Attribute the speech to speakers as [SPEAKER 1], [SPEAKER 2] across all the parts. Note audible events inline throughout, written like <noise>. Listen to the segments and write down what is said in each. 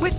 [SPEAKER 1] With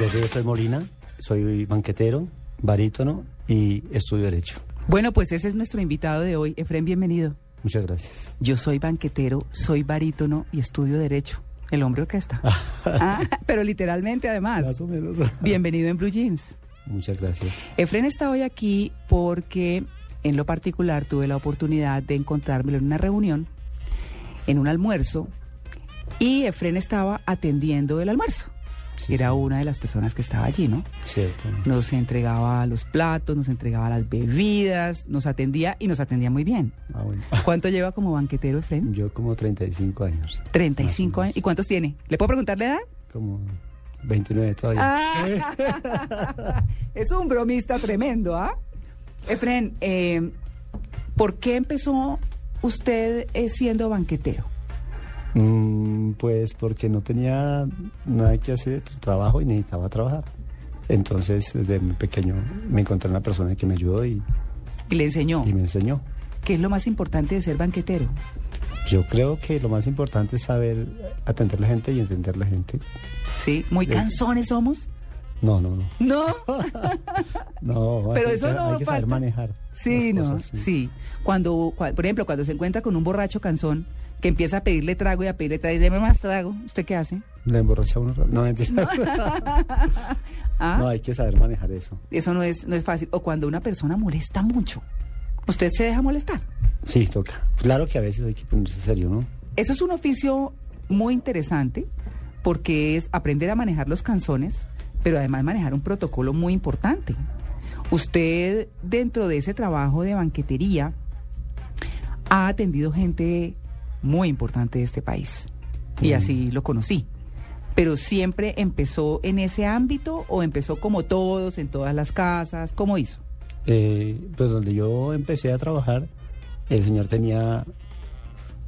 [SPEAKER 2] Yo soy Efraín Molina, soy banquetero, barítono y estudio Derecho.
[SPEAKER 3] Bueno, pues ese es nuestro invitado de hoy. Efren, bienvenido.
[SPEAKER 2] Muchas gracias.
[SPEAKER 3] Yo soy banquetero, soy barítono y estudio Derecho. El hombre orquesta. <laughs> Ah, pero literalmente, además.
[SPEAKER 2] Más o menos. <laughs>
[SPEAKER 3] Bienvenido en Blue Jeans.
[SPEAKER 2] Muchas gracias.
[SPEAKER 3] Efren está hoy aquí porque, en lo particular, tuve la oportunidad de encontrármelo en una reunión, en un almuerzo, y Efren estaba atendiendo el almuerzo.
[SPEAKER 2] Sí,
[SPEAKER 3] Era
[SPEAKER 2] sí.
[SPEAKER 3] una de las personas que estaba allí, ¿no?
[SPEAKER 2] Cierto.
[SPEAKER 3] Nos entregaba los platos, nos entregaba las bebidas, nos atendía y nos atendía muy bien.
[SPEAKER 2] Ah, bueno. <laughs>
[SPEAKER 3] ¿Cuánto lleva como banquetero, Efren?
[SPEAKER 2] Yo como 35 años. Más o
[SPEAKER 3] 35
[SPEAKER 2] menos.
[SPEAKER 3] años. ¿Y cuántos tiene? ¿Le puedo preguntar la edad?
[SPEAKER 2] Como 29 todavía.
[SPEAKER 3] Ah, <laughs> es un bromista tremendo, ¿ah? Efren, eh, ¿por qué empezó usted eh, siendo banquetero?
[SPEAKER 2] Mm, pues porque no tenía nada que hacer, trabajo y necesitaba trabajar. Entonces, desde muy pequeño me encontré una persona que me ayudó y,
[SPEAKER 3] Y le enseñó.
[SPEAKER 2] y me enseñó.
[SPEAKER 3] ¿Qué es lo más importante de ser banquetero?
[SPEAKER 2] Yo creo que lo más importante es saber atender a la gente y entender a la gente.
[SPEAKER 3] ¿Sí? ¿Muy
[SPEAKER 2] Sí.
[SPEAKER 3] canzones somos?
[SPEAKER 2] No, no, no. <laughs>
[SPEAKER 3] No.
[SPEAKER 2] No,
[SPEAKER 3] <laughs> Pero
[SPEAKER 2] hay
[SPEAKER 3] eso
[SPEAKER 2] que-
[SPEAKER 3] no
[SPEAKER 2] hay que saber
[SPEAKER 3] falta.
[SPEAKER 2] manejar.
[SPEAKER 3] Sí,
[SPEAKER 2] las
[SPEAKER 3] no,
[SPEAKER 2] cosas,
[SPEAKER 3] sí. Cuando, cua- por ejemplo, cuando se encuentra con un borracho canzón que empieza a pedirle trago y a pedirle trago y deme más trago, ¿usted qué hace?
[SPEAKER 2] La emborracha uno. No, <laughs> mentira.
[SPEAKER 3] ¿Ah?
[SPEAKER 2] No, hay que saber manejar eso.
[SPEAKER 3] Eso no es, no es fácil. O cuando una persona molesta mucho, usted se deja molestar.
[SPEAKER 2] Sí, toca. Claro que a veces hay que ponerse serio, ¿no?
[SPEAKER 3] Eso es un oficio muy interesante porque es aprender a manejar los canzones, pero además manejar un protocolo muy importante. Usted, dentro de ese trabajo de banquetería, ha atendido gente muy importante de este país. Y
[SPEAKER 2] Mm.
[SPEAKER 3] así lo conocí. Pero siempre empezó en ese ámbito o empezó como todos, en todas las casas, ¿cómo hizo?
[SPEAKER 2] Eh, pues donde yo empecé a trabajar, el señor tenía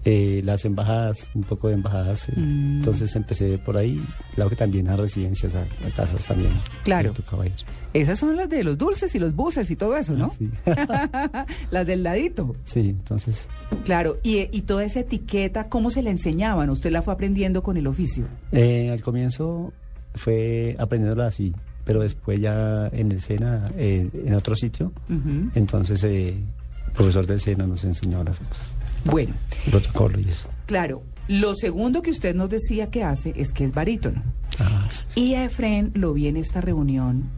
[SPEAKER 2] eh, las embajadas, un poco de embajadas. eh,
[SPEAKER 3] Mm.
[SPEAKER 2] Entonces empecé por ahí, claro que también a residencias, a, a casas también.
[SPEAKER 3] Claro.
[SPEAKER 2] Me tocaba ir.
[SPEAKER 3] Esas son las de los dulces y los buses y todo eso, ¿no?
[SPEAKER 2] Sí. <laughs>
[SPEAKER 3] <laughs> las del ladito.
[SPEAKER 2] sí, entonces
[SPEAKER 3] Claro, y, y toda esa etiqueta, ¿cómo se la enseñaban? ¿Usted la fue aprendiendo con el oficio?
[SPEAKER 2] Eh, al comienzo fue aprendiéndola así, pero después ya en el SENA, eh, en otro sitio,
[SPEAKER 3] Ujú.
[SPEAKER 2] entonces eh, el profesor del SENA nos enseñó las cosas,
[SPEAKER 3] Bueno,
[SPEAKER 2] el protocolo y eso.
[SPEAKER 3] claro, lo segundo que usted nos decía que hace es que es barítono.
[SPEAKER 2] Ah, sí.
[SPEAKER 3] Y a Efren lo vi en esta reunión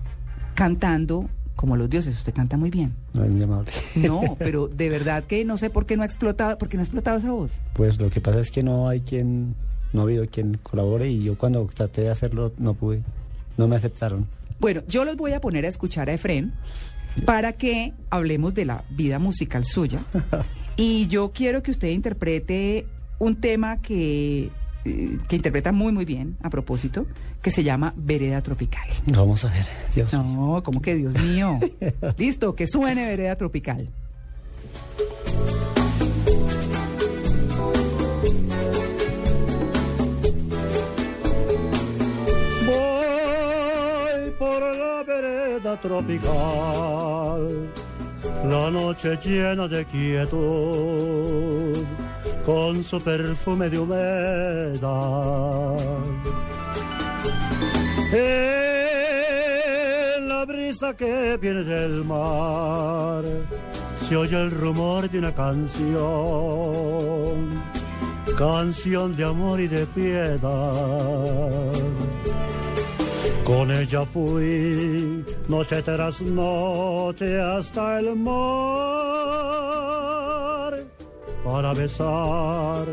[SPEAKER 3] cantando como los dioses, usted canta muy bien.
[SPEAKER 2] No es muy
[SPEAKER 3] <laughs>
[SPEAKER 2] amable.
[SPEAKER 3] No, pero de verdad que no sé por qué no ha explotado, por qué no ha explotado esa voz.
[SPEAKER 2] Pues lo que pasa es que no hay quien, no ha habido quien colabore y yo cuando traté de hacerlo no pude, no me aceptaron.
[SPEAKER 3] Bueno, yo los voy a poner a escuchar a Efren para que hablemos de la vida musical suya. Y yo quiero que usted interprete un tema que, eh, que interpreta muy, muy bien, a propósito, que se llama Vereda Tropical.
[SPEAKER 2] Vamos a ver, Dios.
[SPEAKER 3] No, como que Dios mío. Listo, que suene Vereda Tropical.
[SPEAKER 4] Voy por la vereda tropical, la noche llena de quietud, con su perfume de humedad. En Eh, la brisa que viene del mar, se oye el rumor de una canción, canción de amor y de piedad. Con ella fui noche tras noche hasta el mar para besar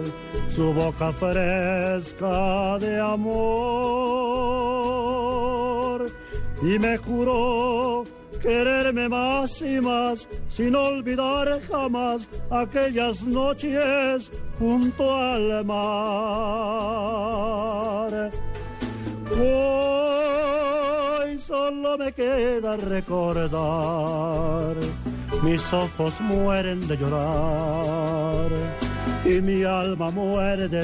[SPEAKER 4] su boca fresca de amor y me juró quererme más y más sin olvidar jamás aquellas noches junto al mar. Hoy solo me queda recordar, mis ojos mueren de llorar y mi alma muere de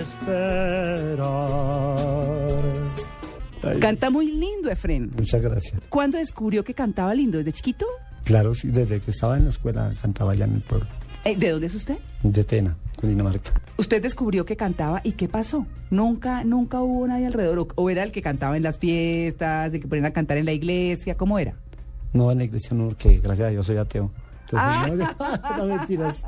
[SPEAKER 4] esperar.
[SPEAKER 2] Ay,
[SPEAKER 3] Canta muy lindo, Efren.
[SPEAKER 2] Muchas gracias.
[SPEAKER 3] ¿Cuándo descubrió que cantaba lindo? ¿Desde chiquito?
[SPEAKER 2] Claro, sí, desde que estaba en la escuela cantaba allá en el pueblo,
[SPEAKER 3] Eh, ¿De dónde es usted?
[SPEAKER 2] de Tena, Cundinamarca.
[SPEAKER 3] Usted descubrió que cantaba y ¿qué pasó? Nunca, nunca hubo nadie alrededor. ¿O, o era el que cantaba en las fiestas, el que ponían a cantar en la iglesia? ¿Cómo era?
[SPEAKER 2] No en la iglesia, no, porque gracias a Dios soy ateo. Entonces,
[SPEAKER 3] Ah.
[SPEAKER 2] no, <laughs> no, mentiras.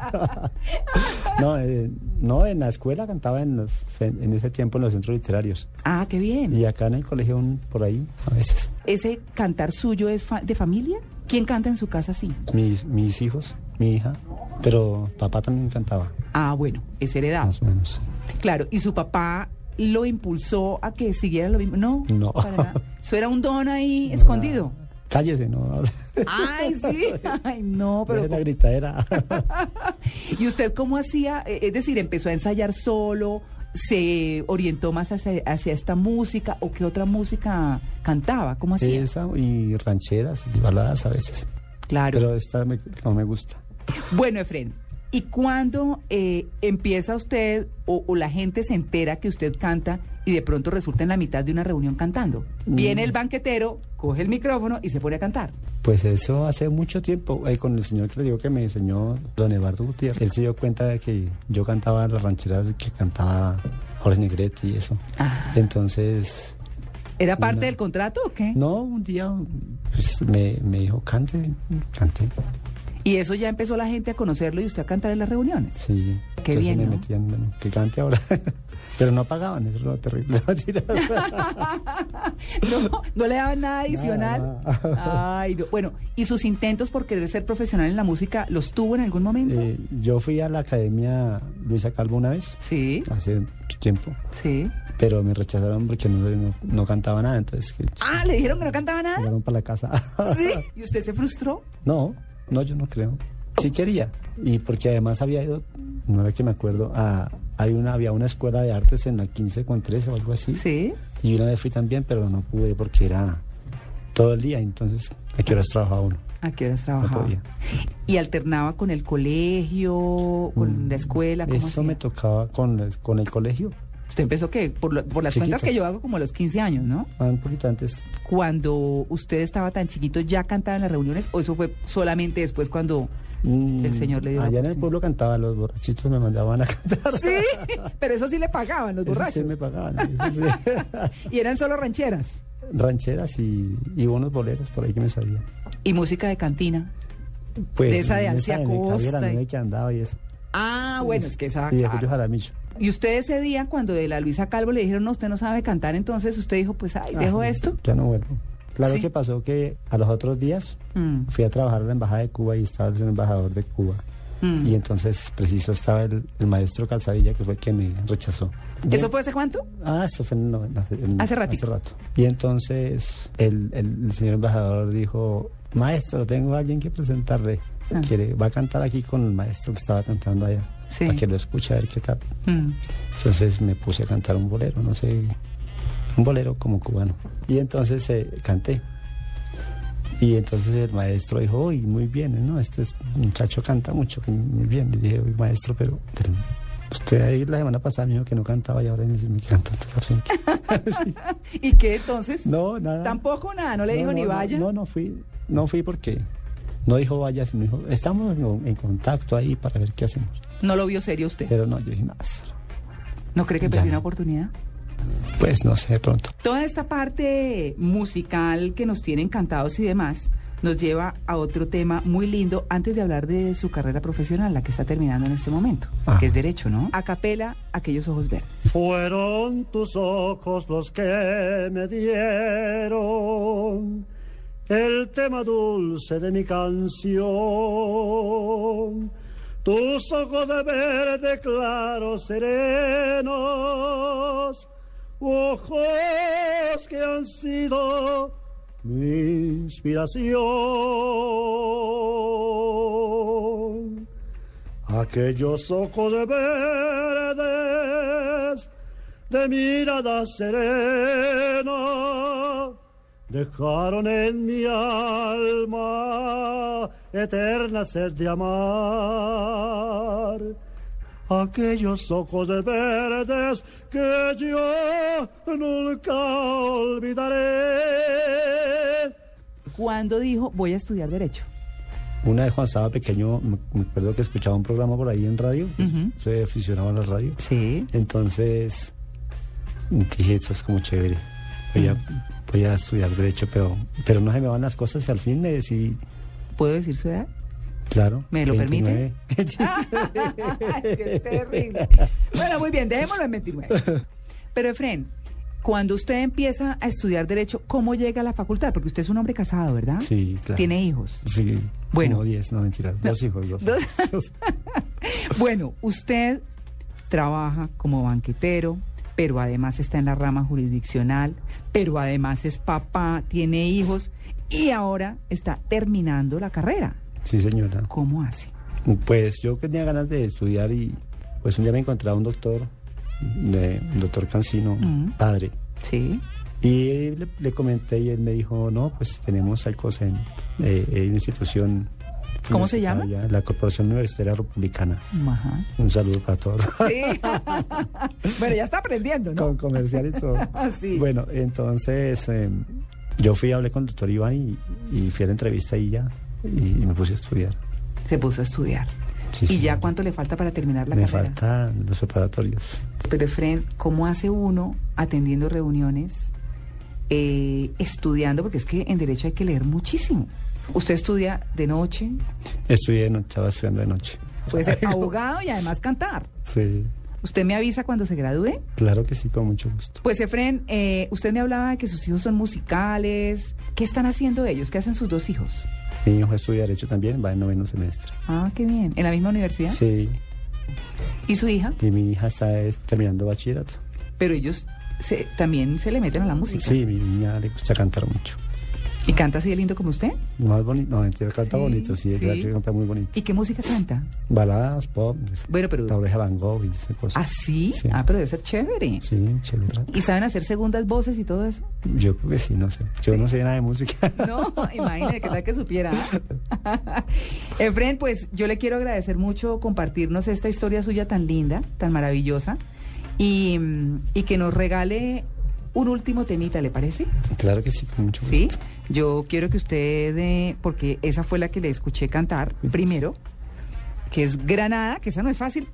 [SPEAKER 2] no, eh, no, en la escuela cantaba en, los, cen- en ese tiempo en los centros literarios.
[SPEAKER 3] Ah, qué bien.
[SPEAKER 2] Y acá en el colegio, un- por ahí, a veces.
[SPEAKER 3] ¿Ese cantar suyo es fa- de familia? ¿Quién canta en su casa así?
[SPEAKER 2] Mis, mis hijos, mi hija, pero papá también cantaba,
[SPEAKER 3] Ah, bueno, es heredado.
[SPEAKER 2] más o menos.
[SPEAKER 3] Claro, y su papá lo impulsó a que siguiera lo mismo. No,
[SPEAKER 2] No.
[SPEAKER 3] para nada. Eso era un don ahí escondido.
[SPEAKER 2] <laughs> Cállese, no hable.
[SPEAKER 3] Ay, sí. Ay, no, <laughs> pero.
[SPEAKER 2] Deje la
[SPEAKER 3] <laughs>
[SPEAKER 2] gritadera.
[SPEAKER 3] ¿Y usted cómo hacía? Eh, Es decir, empezó a ensayar solo, se orientó más hacia, hacia esta música o qué otra música cantaba, ¿cómo hacía?
[SPEAKER 2] Esa y rancheras y baladas a veces.
[SPEAKER 3] claro.
[SPEAKER 2] Pero esta me- no me gusta.
[SPEAKER 3] Bueno, Efren, ¿y cuándo eh, empieza usted o, o la gente se entera que usted canta y de pronto resulta en la mitad de una reunión cantando? Viene
[SPEAKER 2] Mm.
[SPEAKER 3] el banquetero, coge el micrófono y se pone a cantar.
[SPEAKER 2] Pues eso hace mucho tiempo, eh, con el señor que le digo que me enseñó, don Eduardo Gutiérrez, él se dio cuenta de que yo cantaba las rancheras que cantaba Jorge Negrete y eso.
[SPEAKER 3] Ah.
[SPEAKER 2] Entonces,
[SPEAKER 3] ¿Era parte
[SPEAKER 2] Una-
[SPEAKER 3] del contrato o qué?
[SPEAKER 2] no, un día pues, me, me dijo, cante, cante,
[SPEAKER 3] Y eso ya empezó la gente a conocerlo y usted a cantar en las reuniones.
[SPEAKER 2] sí.
[SPEAKER 3] Qué
[SPEAKER 2] Entonces
[SPEAKER 3] bien,
[SPEAKER 2] me
[SPEAKER 3] ¿no?
[SPEAKER 2] metían, bueno, que cante ahora. <laughs> Pero no pagaban, eso era lo terrible. <laughs> mentiras.
[SPEAKER 3] <laughs> No, no le daban nada adicional.
[SPEAKER 2] nada. <laughs>
[SPEAKER 3] Ay, no. Bueno, ¿y sus intentos por querer ser profesional en la música los tuvo en algún momento?
[SPEAKER 2] Eh, yo fui a la academia Luisa Calvo una vez,
[SPEAKER 3] sí,
[SPEAKER 2] hace mucho tiempo,
[SPEAKER 3] sí.
[SPEAKER 2] pero me rechazaron porque no, no, no cantaba nada, entonces que
[SPEAKER 3] Ah, le dijeron que no cantaba nada.
[SPEAKER 2] llegaron para la casa. <laughs>
[SPEAKER 3] Sí. ¿Y usted se frustró?
[SPEAKER 2] No, no, yo no creo. Sí quería. Y porque además había ido, no era que me acuerdo, a, hay una, había una escuela de artes en la 15 con 13 o algo así.
[SPEAKER 3] Sí.
[SPEAKER 2] Y una vez fui también, pero no pude porque era todo el día. Entonces, ¿a qué horas trabajaba uno?
[SPEAKER 3] ¿A qué horas trabajaba?
[SPEAKER 2] podía.
[SPEAKER 3] ¿Y alternaba con el colegio, con la escuela? ¿Cómo
[SPEAKER 2] Mm, Eso
[SPEAKER 3] hacía?
[SPEAKER 2] me tocaba con, el- con el colegio.
[SPEAKER 3] Usted empezó que por, lo- por las
[SPEAKER 2] Chiquita.
[SPEAKER 3] cuentas que yo hago como a los 15 años, ¿no?
[SPEAKER 2] Ah, Un poquito antes.
[SPEAKER 3] Cuando usted estaba tan chiquito, ¿ya cantaba en las reuniones o eso fue solamente
[SPEAKER 2] <laughs>
[SPEAKER 3] después cuando
[SPEAKER 2] Mm,
[SPEAKER 3] el señor le dio la
[SPEAKER 2] Allá en el
[SPEAKER 3] oportunidad.
[SPEAKER 2] pueblo cantaba, los borrachitos me mandaban a cantar. <laughs>
[SPEAKER 3] Sí, pero eso sí le pagaban los
[SPEAKER 2] Eso sí
[SPEAKER 3] borrachos.
[SPEAKER 2] me pagaban. eso sí. <laughs>
[SPEAKER 3] Y eran solo rancheras.
[SPEAKER 2] Rancheras y, y unos boleros por ahí que me sabían.
[SPEAKER 3] Y música de cantina.
[SPEAKER 2] Pues,
[SPEAKER 3] De esa de Alcia
[SPEAKER 2] esa mi cabida,
[SPEAKER 3] Costa
[SPEAKER 2] la
[SPEAKER 3] y-
[SPEAKER 2] niña que andaba y eso.
[SPEAKER 3] Ah, bueno, es que esa.
[SPEAKER 2] Y de
[SPEAKER 3] claro.
[SPEAKER 2] Julio Jaramillo.
[SPEAKER 3] Y usted ese día, cuando de la Luisa Calvo le dijeron, no, usted no sabe cantar, entonces usted dijo, pues, ay, dejo
[SPEAKER 2] Ah,
[SPEAKER 3] esto.
[SPEAKER 2] Ya no vuelvo. Claro
[SPEAKER 3] Sí.
[SPEAKER 2] que pasó que a los otros días
[SPEAKER 3] Mm,
[SPEAKER 2] fui a trabajar a la Embajada de Cuba y estaba el embajador de Cuba.
[SPEAKER 3] mm.
[SPEAKER 2] Y entonces, preciso, estaba el, el maestro Calzadilla, que fue el que me rechazó. Yo-
[SPEAKER 3] ¿Eso fue hace cuánto?
[SPEAKER 2] Ah, eso fue en, noven- hace, en-
[SPEAKER 3] Hace ratico.
[SPEAKER 2] rato. Y entonces el, el- el señor embajador dijo, maestro, tengo a alguien que presentarle.
[SPEAKER 3] Ah.
[SPEAKER 2] Quiere, va a cantar aquí con el maestro que estaba cantando allá.
[SPEAKER 3] Sí.
[SPEAKER 2] Para que lo escuche a ver qué tal.
[SPEAKER 3] Mm.
[SPEAKER 2] Entonces me puse a cantar un bolero, no sé, un bolero como cubano. Y entonces eh, canté. Y entonces el maestro dijo, uy, muy bien, ¿no? Este es- muchacho canta mucho, que muy bien. Le dije, uy, maestro, pero pero usted ahí la semana pasada me dijo que no cantaba y ahora me dice, "Me canta.
[SPEAKER 3] <laughs> ¿Y qué entonces?
[SPEAKER 2] No, nada.
[SPEAKER 3] Tampoco nada, no le dijo ni
[SPEAKER 2] no,
[SPEAKER 3] vaya.
[SPEAKER 2] No, no fui, no fui porque no dijo vaya, sino dijo, estamos en, en contacto ahí para ver qué hacemos.
[SPEAKER 3] No lo vio serio usted.
[SPEAKER 2] Pero no, yo dije, maestro,
[SPEAKER 3] ¿No cree que
[SPEAKER 2] Ya
[SPEAKER 3] perdió
[SPEAKER 2] no.
[SPEAKER 3] una oportunidad?
[SPEAKER 2] pues no sé, de pronto.
[SPEAKER 3] Toda esta parte musical que nos tiene encantados y demás nos lleva a otro tema muy lindo antes de hablar de su carrera profesional, la que está terminando en este momento,
[SPEAKER 2] Ah.
[SPEAKER 3] que es derecho, ¿no? A capela, aquellos ojos verdes.
[SPEAKER 4] Fueron tus ojos los que me dieron el tema dulce de mi canción. Tus ojos de verde claro, serenos, ojos que han sido mi inspiración. Aquellos ojos de verdes, de mirada serena, dejaron en mi alma eterna sed de amar. Aquellos ojos verdes que yo nunca olvidaré.
[SPEAKER 3] ¿Cuándo dijo voy a estudiar Derecho?
[SPEAKER 2] Una vez cuando estaba pequeño, me me acuerdo que escuchaba un programa por ahí en radio.
[SPEAKER 3] Ujú.
[SPEAKER 2] Soy aficionado a la radio.
[SPEAKER 3] Sí.
[SPEAKER 2] Entonces, dije, eso es como chévere. Voy a, voy a estudiar derecho, pero, pero no se me van las cosas y al fin me decidí,
[SPEAKER 3] ¿Puedo decir su <laughs> edad?
[SPEAKER 2] claro.
[SPEAKER 3] ¿Me lo permite?
[SPEAKER 2] 29.
[SPEAKER 3] ¡Qué terrible! Bueno, muy bien, dejémoslo en <laughs> 29. Pero Efren, cuando usted empieza a estudiar Derecho, ¿cómo llega a la facultad? Porque usted es un hombre casado, ¿verdad?
[SPEAKER 2] Sí, claro.
[SPEAKER 3] ¿Tiene hijos?
[SPEAKER 2] Sí,
[SPEAKER 3] Bueno.
[SPEAKER 2] como 10, no mentiras, dos hijos, dos.
[SPEAKER 3] <laughs> Dos- bueno, usted trabaja como banquetero, pero además está en la rama jurisdiccional, pero además es papá, tiene hijos y ahora está terminando la carrera.
[SPEAKER 2] Sí, señora.
[SPEAKER 3] ¿Cómo hace?
[SPEAKER 2] Pues yo que tenía ganas de estudiar y pues un día me encontré a un doctor, de, un doctor Cancino,
[SPEAKER 3] Mm.
[SPEAKER 2] padre.
[SPEAKER 3] Sí.
[SPEAKER 2] Y le, le comenté y él me dijo, no, pues tenemos tal cosa en eh, eh, una institución.
[SPEAKER 3] ¿Cómo se llama?
[SPEAKER 2] universitaria, La Corporación Universitaria Republicana.
[SPEAKER 3] Ajá.
[SPEAKER 2] Un saludo para todos.
[SPEAKER 3] Sí. <laughs> bueno, ya está aprendiendo,
[SPEAKER 2] <laughs>
[SPEAKER 3] ¿no?
[SPEAKER 2] con comercial y
[SPEAKER 3] <laughs>
[SPEAKER 2] todo.
[SPEAKER 3] Ah, Sí.
[SPEAKER 2] Bueno, entonces eh, yo fui, hablé con el doctor Iván y, y fui a la entrevista y ya, y, y me puse a estudiar.
[SPEAKER 3] Se puso a estudiar.
[SPEAKER 2] Sí,
[SPEAKER 3] ¿Y
[SPEAKER 2] sí.
[SPEAKER 3] ya cuánto le falta para terminar la
[SPEAKER 2] me
[SPEAKER 3] carrera?
[SPEAKER 2] faltan los preparatorios.
[SPEAKER 3] Pero Efren, ¿cómo hace uno atendiendo reuniones, eh, estudiando? Porque es que en derecho hay que leer muchísimo. Usted estudia de noche,
[SPEAKER 2] Estudié, de noche, estaba estudiando de noche. <laughs>
[SPEAKER 3] puede ser abogado y además cantar.
[SPEAKER 2] Sí,
[SPEAKER 3] ¿Usted me avisa cuando se gradúe?
[SPEAKER 2] claro que sí, con mucho gusto.
[SPEAKER 3] Pues Efren, eh, usted me hablaba de que sus hijos son musicales. ¿Qué están haciendo ellos? ¿Qué hacen sus dos hijos?
[SPEAKER 2] Mi hijo estudia Derecho también, va en noveno semestre.
[SPEAKER 3] Ah, qué bien. ¿En la misma universidad?
[SPEAKER 2] Sí,
[SPEAKER 3] ¿Y su hija?
[SPEAKER 2] y mi hija está eh, terminando bachillerato.
[SPEAKER 3] Pero ellos se- también se le meten a la música.
[SPEAKER 2] Sí, mi niña le gusta cantar mucho.
[SPEAKER 3] ¿Y canta así de lindo como usted?
[SPEAKER 2] Más bonito, no, mentira, canta
[SPEAKER 3] Sí,
[SPEAKER 2] bonito, sí, es
[SPEAKER 3] sí.
[SPEAKER 2] verdad que canta muy bonito.
[SPEAKER 3] ¿Y qué música canta?
[SPEAKER 2] Baladas, pop,
[SPEAKER 3] Bueno, pero-
[SPEAKER 2] la oreja Van Gogh y esas cosas.
[SPEAKER 3] ¿Así?
[SPEAKER 2] Sí.
[SPEAKER 3] Ah, pero debe ser chévere.
[SPEAKER 2] Sí, chévere.
[SPEAKER 3] ¿Y saben hacer segundas voces y todo eso?
[SPEAKER 2] Yo creo que sí, no sé. Yo no sé nada de música. <laughs>
[SPEAKER 3] No, <laughs> imagínate que tal que supiera. <laughs> Efren, pues yo le quiero agradecer mucho compartirnos esta historia suya tan linda, tan maravillosa, y, mm, y que nos regale un último temita, ¿le parece?
[SPEAKER 2] Claro que sí, con mucho gusto.
[SPEAKER 3] Sí, yo quiero que usted, eh, porque esa fue la que le escuché cantar primero, que es Granada, que esa no es fácil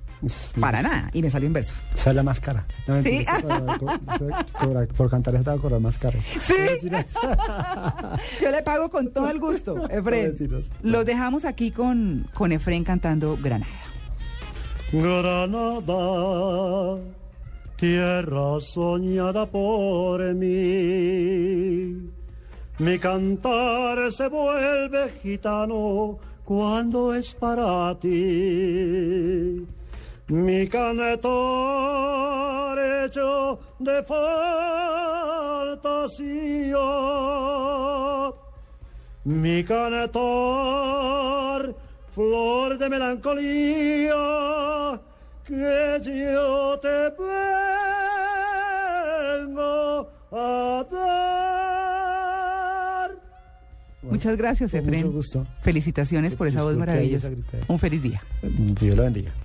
[SPEAKER 3] para nada, y me salió inverso.
[SPEAKER 2] Esa es la más cara. No,
[SPEAKER 3] Sí.
[SPEAKER 2] mentira, esa para- co- cobra- por cantar estaba cobrar más caro.
[SPEAKER 3] Sí. <laughs> Yo le pago con todo el gusto, Efren.
[SPEAKER 2] Mentiras.
[SPEAKER 3] Los dejamos aquí con, con Efren cantando Granada.
[SPEAKER 4] Granada, tierra soñada por mí. Mi cantar se vuelve gitano cuando es para ti. Mi cantar hecho de fantasía. Mi cantor, flor de melancolía, que yo te vengo a dar.
[SPEAKER 3] Muchas gracias,
[SPEAKER 2] con
[SPEAKER 3] Efren.
[SPEAKER 2] mucho gusto.
[SPEAKER 3] Felicitaciones por esa voz
[SPEAKER 2] Disfrute ahí
[SPEAKER 3] maravillosa.
[SPEAKER 2] esa grita.
[SPEAKER 3] Un feliz día.
[SPEAKER 2] Dios lo bendiga.